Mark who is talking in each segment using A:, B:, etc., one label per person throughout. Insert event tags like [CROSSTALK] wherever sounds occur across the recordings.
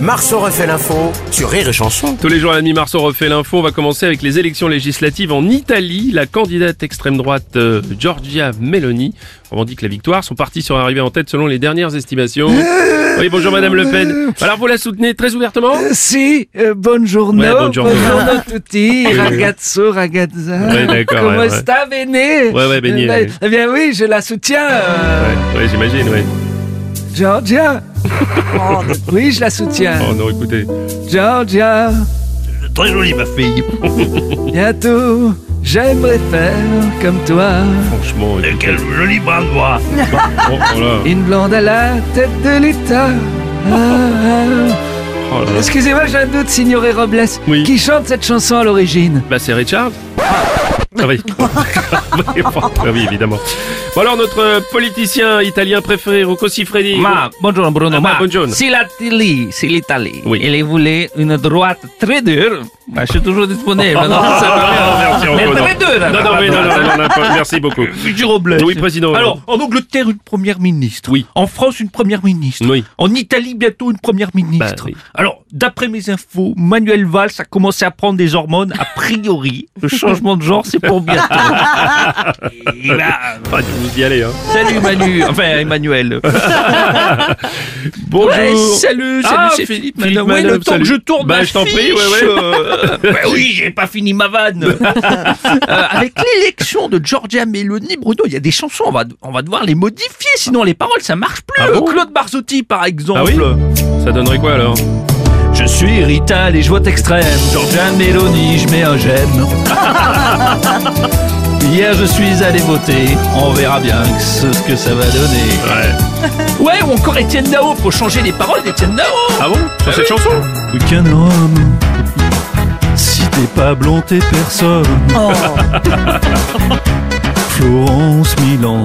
A: Marceau refait l'info sur Rire et Chanson.
B: Tous les jours à la mi-mars, on refait l'info. On va commencer avec les élections législatives en Italie. La candidate extrême droite euh, Giorgia Meloni revendique la victoire. Son parti sera arrivé en tête selon les dernières estimations. Oui, bonjour Madame Le Pen. Alors vous la soutenez très ouvertement
C: Si, euh, bonjour
B: Ouais, buongiorno. [LAUGHS]
C: buongiorno tutti, ragazzo, ragazza.
B: Ouais, d'accord,
C: Comment
B: ouais,
C: sta, bene
B: Ouais, ouais, bene,
C: Eh ben,
B: ouais.
C: Eh bien oui, je la soutiens,
B: Ouais,
C: euh,
B: ouais, j'imagine, ouais.
C: Georgia. Oh, oui, je la soutiens.
B: Oh non, écoutez.
C: Georgia,
B: Très jolie ma fille.
C: bientôt, j'aimerais faire comme toi.
B: Franchement, écoutez.
D: Quel joli bras de bois
B: oh, oh là,
C: Une blonde à la tête de l'État. Ah, ah.
B: oh là là.
C: Excusez-moi, j'ai un doute, Signoré Robles.
B: Oui.
C: Qui chante cette chanson à l'origine
B: Bah c'est Richard. Ah
D: [LAUGHS]
B: oui. oui, bah oui, évidemment. Bon alors notre euh, politicien italien préféré, Rocco Siffredi.
D: Ma, bonjour Bruno,
B: Ah,
D: ma,
B: buongiorno.
D: si l'Italie, si l'Italie,
B: Oui.
D: et les voulait une droite très dure, bah, je suis toujours
B: [LAUGHS]
D: disponible, non, ça
B: Ah,
D: va
B: merci, Rocco,
D: Mais
B: non.
D: très dur, hein,
B: Non, non,
D: pardon.
B: oui, non, non, non, non, pas- merci beaucoup.
D: bien. Je Robles.
B: Oui, président.
D: Alors, en Angleterre, une première ministre.
B: Oui.
D: En France, une première ministre.
B: Oui.
D: En Italie, bientôt une première ministre.
B: Bah, oui.
D: Alors, d'après mes infos, Manuel Valls a commencé à prendre des hormones. A priori, le changement de genre, c'est pour bientôt.
B: [LAUGHS]
D: Et bah,
B: Pas de vous y aller, hein.
D: salut Manu, enfin Emmanuel.
B: Bonjour.
D: Ouais, salut, salut,
B: Ah,
D: c'est
B: Philippe
D: Philippe. madame. Ouais,
B: Madame,
D: le temps
B: salut.
D: que je tourne
B: Bah,
D: ma
B: je t'en prie, ouais,
D: fiche,
B: ouais.
D: euh, [LAUGHS] bah oui, j'ai pas fini ma vanne. [LAUGHS] Euh, avec l'élection de Georgia Meloni, Bruno, il y a des chansons, on va, on va devoir les modifier, sinon les paroles, ça marche plus.
B: Ah bon
D: Euh, Claude Barzotti, par exemple.
B: Ah oui Ça donnerait quoi alors
D: Je suis Rital et je vote extrême. Georgia Meloni, je mets un j'aime. [LAUGHS] Hier, je suis allé voter. On verra bien ce ce que ça va donner.
B: Ouais.
D: Ouais, ou encore Étienne Dao, faut changer les paroles d'Étienne Dao.
B: Ah bon Sur cette chanson
D: Qu'un homme, si t'es pas blond, t'es personne. Florence Milan,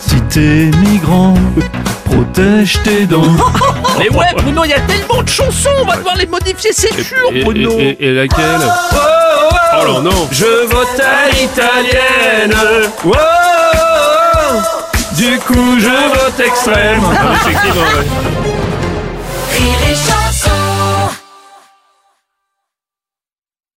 D: si t'es migrant, protège tes dents. Mais ouais, Bruno, il y a tellement de chansons, on va devoir les modifier, c'est sûr,
B: et,
D: Bruno.
B: et- et- et laquelle
D: Oh, oh, oh.
B: Oh là non
D: Je vote à l'italienne. Oh, oh, oh. Du coup, je vote extrême.
B: Ah, Effectivement, ouais.